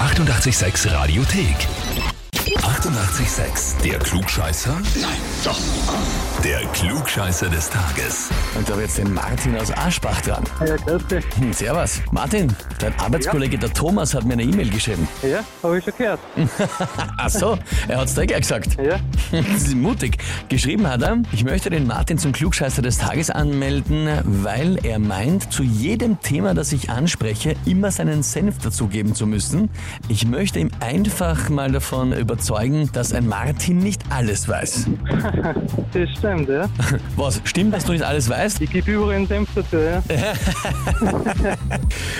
886 Radiothek. 88,6. Der Klugscheißer? Nein, doch. Der Klugscheißer des Tages. Und da habe jetzt den Martin aus Aschbach dran. Ja, grüße. Hm, servus. Martin, dein Arbeitskollege der Thomas hat mir eine E-Mail geschrieben. Ja, habe ich schon gehört. Ach so, er hat's dir gleich gesagt. Ja, Das ist mutig. Geschrieben hat er, ich möchte den Martin zum Klugscheißer des Tages anmelden, weil er meint, zu jedem Thema, das ich anspreche, immer seinen Senf dazugeben zu müssen. Ich möchte ihm einfach mal davon überzeugen, dass ein Martin nicht alles weiß. das stimmt, ja. Was, stimmt, dass du nicht alles weißt? Ich gebe überall einen Senf dazu, ja.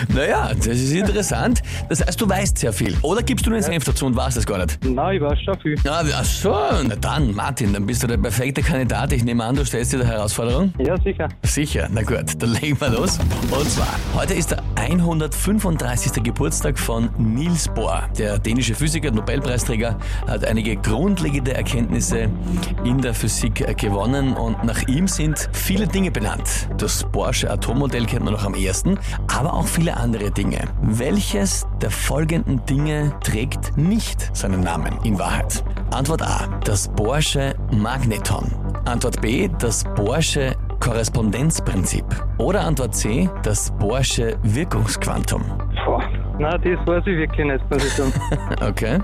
Naja, das ist interessant. Das heißt, du weißt sehr viel. Oder gibst du nur den Senf dazu und weißt es gar nicht? Nein, ich weiß schon viel. Na, ach so, na dann, Martin, dann bist du der perfekte Kandidat. Ich nehme an, du stellst dir der Herausforderung. Ja, sicher. Sicher, na gut, dann legen wir los. Und zwar, heute ist der 135. Geburtstag von Niels Bohr. Der dänische Physiker, Nobelpreisträger, hat einige grundlegende Erkenntnisse in der Physik äh, gewonnen und nach ihm sind viele Dinge benannt. Das Bohrsche Atommodell kennt man noch am ersten, aber auch viele andere Dinge. Welches der folgenden Dinge trägt nicht seinen Namen in Wahrheit? Antwort A, das Bohrsche Magneton. Antwort B, das Bohrsche Korrespondenzprinzip. Oder Antwort C, das Bohrsche Wirkungsquantum. Boah. Nein, das weiß ich wirklich nicht, muss ich sagen. Okay,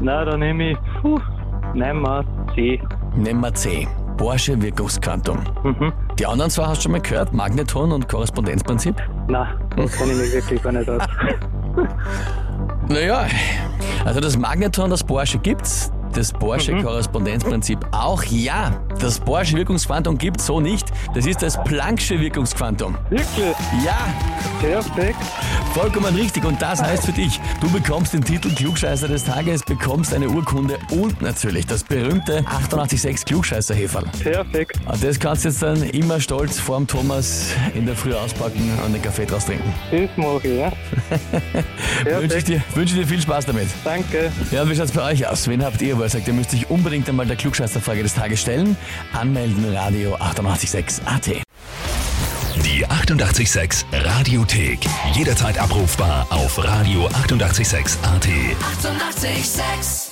Nein, da nehme ich, puh, nein, mal C. nehmen wir C, Bohrsche Wirkungsquantum. Mhm. Die anderen zwei hast du schon mal gehört, Magneton und Korrespondenzprinzip. Nein, das kann ich mich wirklich gar nicht aus. Naja, also das Magneton, das Porsche gibt's. Das Porsche Korrespondenzprinzip auch ja. Das Porsche Wirkungsquantum gibt's so nicht. Das ist das Planck'sche Wirkungsquantum. Wirklich? Ja, Perfekt. vollkommen richtig. Und das heißt für dich, du bekommst den Titel Klugscheißer des Tages, bekommst eine Urkunde und natürlich das berühmte 886 klugscheißer -Häferl. Perfekt. Und das kannst du jetzt dann immer stolz vorm Thomas in der Früh auspacken und den Kaffee draus trinken. Das mache ich, ja. Wünsche ich Perfekt. dir, wünsche dir viel Spaß damit. Danke. Ja, und wie schaut's bei euch aus? Wen habt ihr, wo ihr sagt, ihr müsst euch unbedingt einmal der Klugscheißerfrage des Tages stellen? Anmelden, Radio 886 AT. Die 88,6 Radiothek. Jederzeit abrufbar auf radio886.at. 88,6. Eighty-eight, sex.